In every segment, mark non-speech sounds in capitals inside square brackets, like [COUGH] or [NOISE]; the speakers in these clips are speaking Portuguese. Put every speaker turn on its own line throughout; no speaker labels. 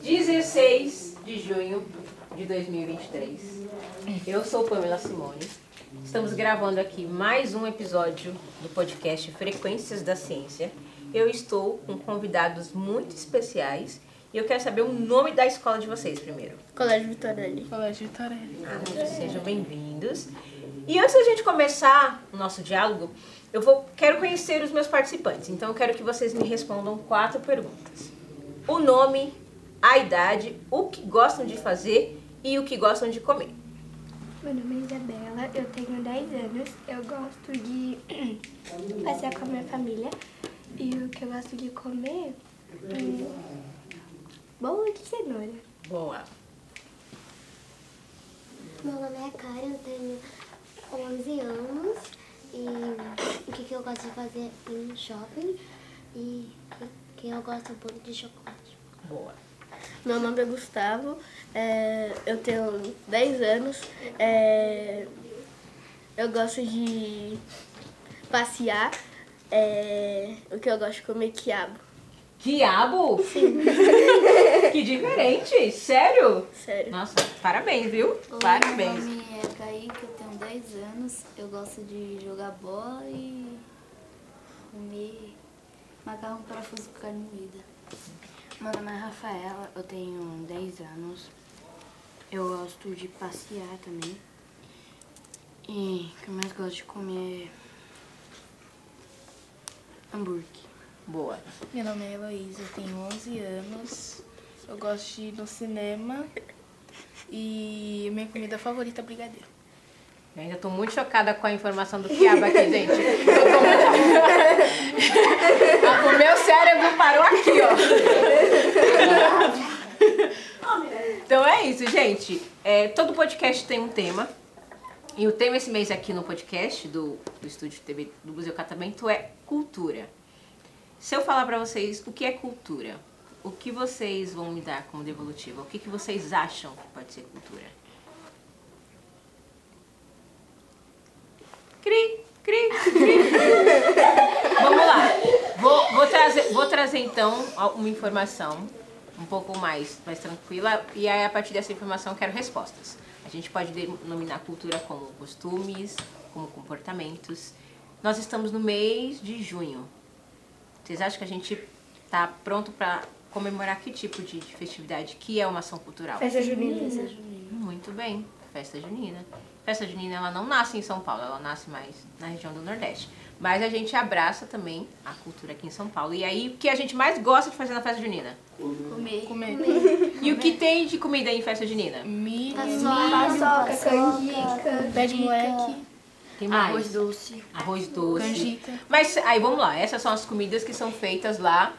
16 de junho de 2023. Eu sou Pamela Simone. Estamos gravando aqui mais um episódio do podcast Frequências da Ciência. Eu estou com convidados muito especiais e eu quero saber o nome da escola de vocês primeiro.
Colégio Vitorelli.
Colégio Vitorelli.
Ah, então sejam bem-vindos. E antes da gente começar o nosso diálogo, eu vou, quero conhecer os meus participantes. Então eu quero que vocês me respondam quatro perguntas: o nome, a idade, o que gostam de fazer e o que gostam de comer.
Meu nome é Isabela, eu tenho 10 anos, eu gosto de [CLEARS THROAT] passear com a minha família e o que eu gosto de comer hum, bolo de cenoura.
Boa.
Meu nome é Karen, eu tenho 11 anos e o que, que eu gosto de fazer é ir no shopping e o que eu gosto é um bolo de chocolate.
Boa.
Meu nome é Gustavo, é, eu tenho 10 anos, é, eu gosto de passear, é, o que eu gosto de comer é quiabo,
[LAUGHS] Quiabo? que diferente, sério?
sério.
Nossa, parabéns, viu?
Oi,
Parabéns.
Meu nome é Kaique, eu tenho 10 anos, eu gosto de jogar bola e comer macarrão parafuso com carne moída.
Meu nome é Rafaela, eu tenho 10 anos. Eu gosto de passear também. E o que eu mais gosto de comer é hambúrguer.
Boa.
Meu nome é Heloísa, eu tenho 11 anos. Eu gosto de ir no cinema. E minha comida favorita é brigadeiro.
Eu ainda tô muito chocada com a informação do quiabo aqui, gente. Eu tô muito- [LAUGHS] o meu cérebro parou aqui, ó. Então é isso, gente. É, todo podcast tem um tema. E o tema esse mês aqui no podcast do, do Estúdio TV do Museu Catavento é cultura. Se eu falar pra vocês o que é cultura, o que vocês vão me dar como devolutiva? O que, que vocês acham que pode ser cultura? Cri, cri, cri. [LAUGHS] Vamos lá. Vou, vou trazer, vou trazer então uma informação um pouco mais, mais tranquila e aí a partir dessa informação eu quero respostas. A gente pode denominar cultura como costumes, como comportamentos. Nós estamos no mês de junho. Vocês acham que a gente está pronto para comemorar que tipo de de festividade que é uma ação cultural?
Festa junina.
Muito bem, festa junina. Festa junina ela não nasce em São Paulo, ela nasce mais na região do Nordeste. Mas a gente abraça também a cultura aqui em São Paulo. E aí, o que a gente mais gosta de fazer na festa junina?
Comer
Comer
E o que tem de comida em festa junina?
milho,
Paçoca, canjica,
pé de moleque,
Tem
Arroz
mais.
doce.
Arroz doce.
canjica.
Mas aí vamos lá, essas são as comidas que são feitas lá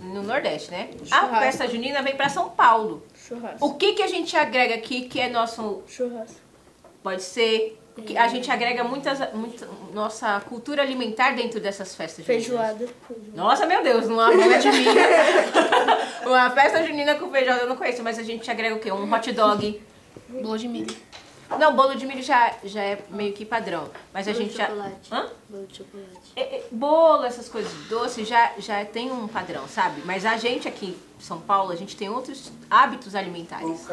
no Nordeste, né? A
Churrasco.
festa junina vem pra São Paulo.
Churrasco.
O que que a gente agrega aqui que é nosso
Churrasco.
Pode ser. Que A gente agrega muitas, muita- nossa cultura alimentar dentro dessas festas juninas.
Feijoada.
Nossa, meu Deus, uma festa junina. [LAUGHS] uma festa junina com feijoada eu não conheço, mas a gente agrega o quê? Um hot dog.
Bolo de milho.
Não, bolo de milho já, já é meio que padrão. Mas a
Bolo de
gente já.
chocolate.
Hã?
bolo de chocolate.
É, é, Bolo, essas coisas doces já, já tem um padrão, sabe? Mas a gente aqui em São Paulo, a gente tem outros hábitos alimentares.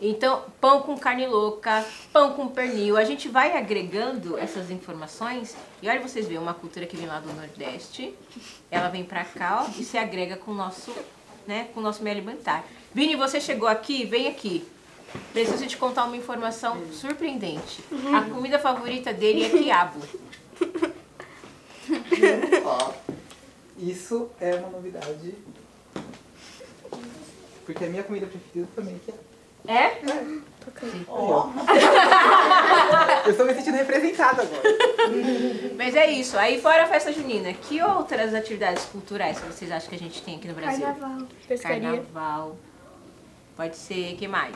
Então, pão com carne louca, pão com pernil. A gente vai agregando essas informações e olha vocês verem, uma cultura que vem lá do Nordeste, ela vem pra cá ó, e se agrega com o nosso, né, com o nosso meio alimentar. Vini, você chegou aqui, vem aqui. Preciso te contar uma informação surpreendente. A comida favorita dele é quiabo.
[LAUGHS] Isso é uma novidade. Porque a minha comida preferida também que é.
É?
Eu estou me sentindo representada agora.
Mas é isso. Aí fora a festa junina, que outras atividades culturais que vocês acham que a gente tem aqui no Brasil?
carnaval.
Pescaria.
Carnaval. Pode ser, que mais?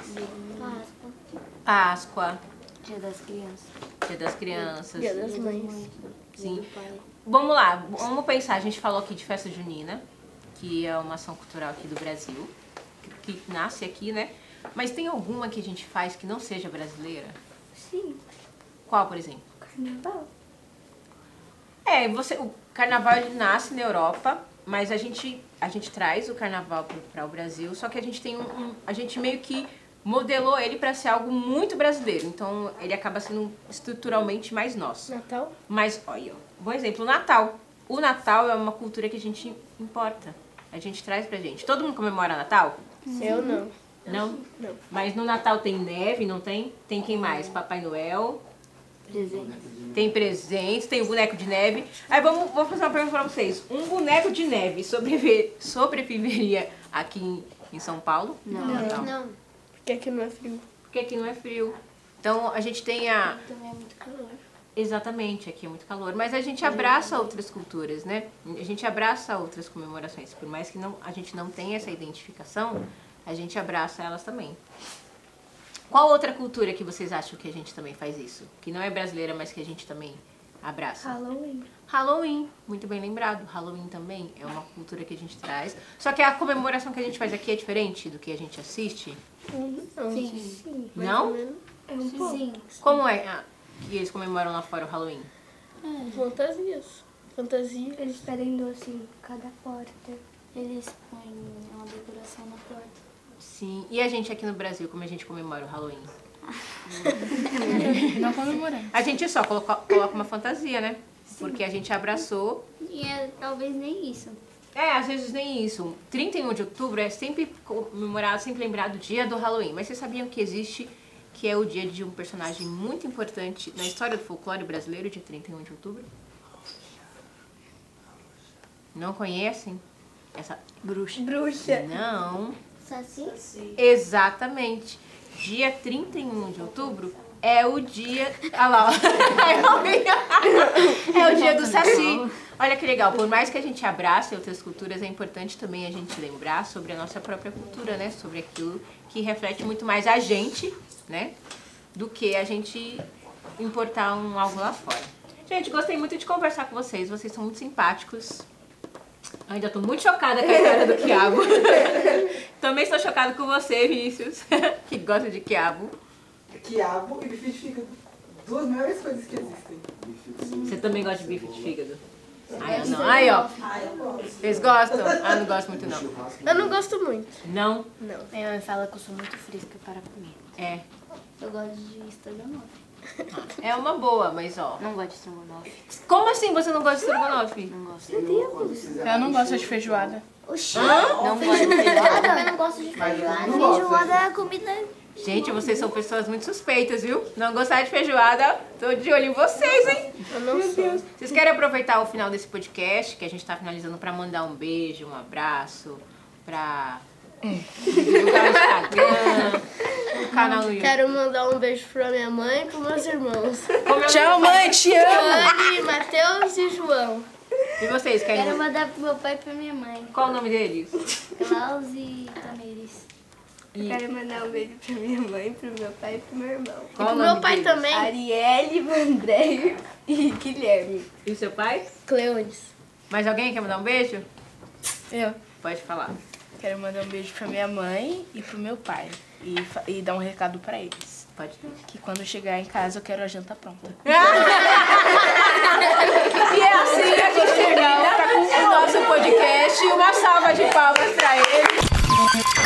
Páscoa.
Páscoa,
Dia das crianças.
Dia das Crianças.
Dia das Mães.
Sim. Vamos lá, vamos pensar. A gente falou aqui de festa junina, que é uma ação cultural aqui do Brasil, que nasce aqui, né? Mas tem alguma que a gente faz que não seja brasileira?
Sim,
Qual, por exemplo?
carnaval.
É, você, o carnaval ele nasce na Europa, mas a gente, a gente traz o carnaval para o Brasil, só que a gente tem um, um- a gente meio que modelou ele para ser algo muito brasileiro. Então ele acaba sendo estruturalmente mais nosso.
Natal?
Mas olha, ó, bom exemplo, o Natal. O Natal é uma cultura que a gente importa. A gente traz pra gente. Todo mundo comemora Natal?
Eu não.
Não? Não. Mas no Natal tem neve, não tem? Tem quem mais? Papai Noel. Tem presentes, tem o boneco de neve. Aí vamos, vou fazer uma pergunta pra vocês. Um boneco de neve sobreviver, sobreviveria aqui em, em São Paulo? Não. Natal?
É. Não,
Porque aqui não é frio.
Porque aqui não é frio. Então a gente tem a.
Também é muito calor.
Exatamente, aqui é muito calor. Mas a gente abraça outras culturas, né? A gente abraça outras comemorações. Por mais que não, a gente não tenha essa identificação, a gente abraça elas também. Qual outra cultura que vocês acham que a gente também faz isso? Que não é brasileira, mas que a gente também abraça?
Halloween.
Halloween, muito bem lembrado. Halloween também é uma cultura que a gente traz. Só que a comemoração que a gente faz aqui é diferente do que a gente assiste?
Sim,
não?
é um pouco.
Como é ah, que eles comemoram lá fora o Halloween?
Fantasias. Fantasia.
Eles pedem doce em cada porta.
Eles põem uma decoração na porta.
Sim. E a gente aqui no Brasil, como a gente comemora o Halloween?
Não comemorando.
A gente só coloca, coloca uma fantasia, né? Porque a gente abraçou.
e é, talvez nem isso.
É, às vezes nem isso. 31 de outubro é sempre comemorado, sempre lembrado o dia do Halloween. Mas vocês sabiam que existe, que é o dia de um personagem muito importante na história do folclore brasileiro, dia 31 de outubro? Não conhecem? Essa bruxa.
Bruxa.
Não.
Saci?
Exatamente. Dia 31 de outubro é o dia. Olha lá, ó. [LAUGHS] É o dia do Saci. Olha que legal, por mais que a gente abrace outras culturas, é importante também a gente lembrar sobre a nossa própria cultura, né? Sobre aquilo que reflete muito mais a gente, né? Do que a gente importar um algo lá fora. Gente, gostei muito de conversar com vocês, vocês são muito simpáticos. Ainda tô muito chocada com a história do quiabo. Também estou chocada com você, Vinícius, [LAUGHS] que gosta de quiabo.
Quiabo e bife de fígado. Duas melhores coisas que existem.
Você também gosta de bife de fígado? Ai, eu não. Aí, ó. Vocês gostam? Ah, não gosto muito, não.
Eu não gosto muito.
Não?
Minha
É,
mãe fala que eu sou muito fresca para comer.
É.
Eu gosto de estrogonofe.
É uma boa, mas ó.
Não gosto de estrogonofe.
Como assim você não gosta de estrogonofe?
Não gosto.
Eu não gosto de feijoada.
Oxi,
Não gosto de
eu também não gosto de
Mas eu
feijoada.
não gosto,
Feijoada é comida.
Gente, vocês são pessoas muito suspeitas, viu? Não gostar de feijoada, tô de olho em vocês, hein?
Eu não sou.
Vocês querem aproveitar o final desse podcast, que a gente tá finalizando, pra mandar um beijo, um abraço, pra. divulgar o Instagram, o canal no YouTube.
Quero mandar um beijo pra minha mãe e pros meus
[LAUGHS]
irmãos.
Tchau, mãe, te amo!
Anne, Matheus e João.
E vocês querem.
Quero mandar pro meu pai e pra minha mãe.
[LAUGHS] Qual o nome deles?
Klaus e Tamires.
E-
Quero mandar um beijo pra minha mãe, pro meu pai e pro meu irmão.
Qual o
Pro
nome
um
meu pai
deles?
também.
Arielle, André e Guilherme.
E o seu pai?
Cleones.
Mais alguém quer mandar um beijo?
Eu
Pode falar.
quero mandar um beijo pra minha mãe e pro meu pai. E, fa- e dar um recado pra eles.
Pode [LAUGHS] ter.
Que quando eu chegar em casa eu quero a janta pronta.
E é assim que a tá gente termina o nosso podcast. Uma salva de palmas pra ele.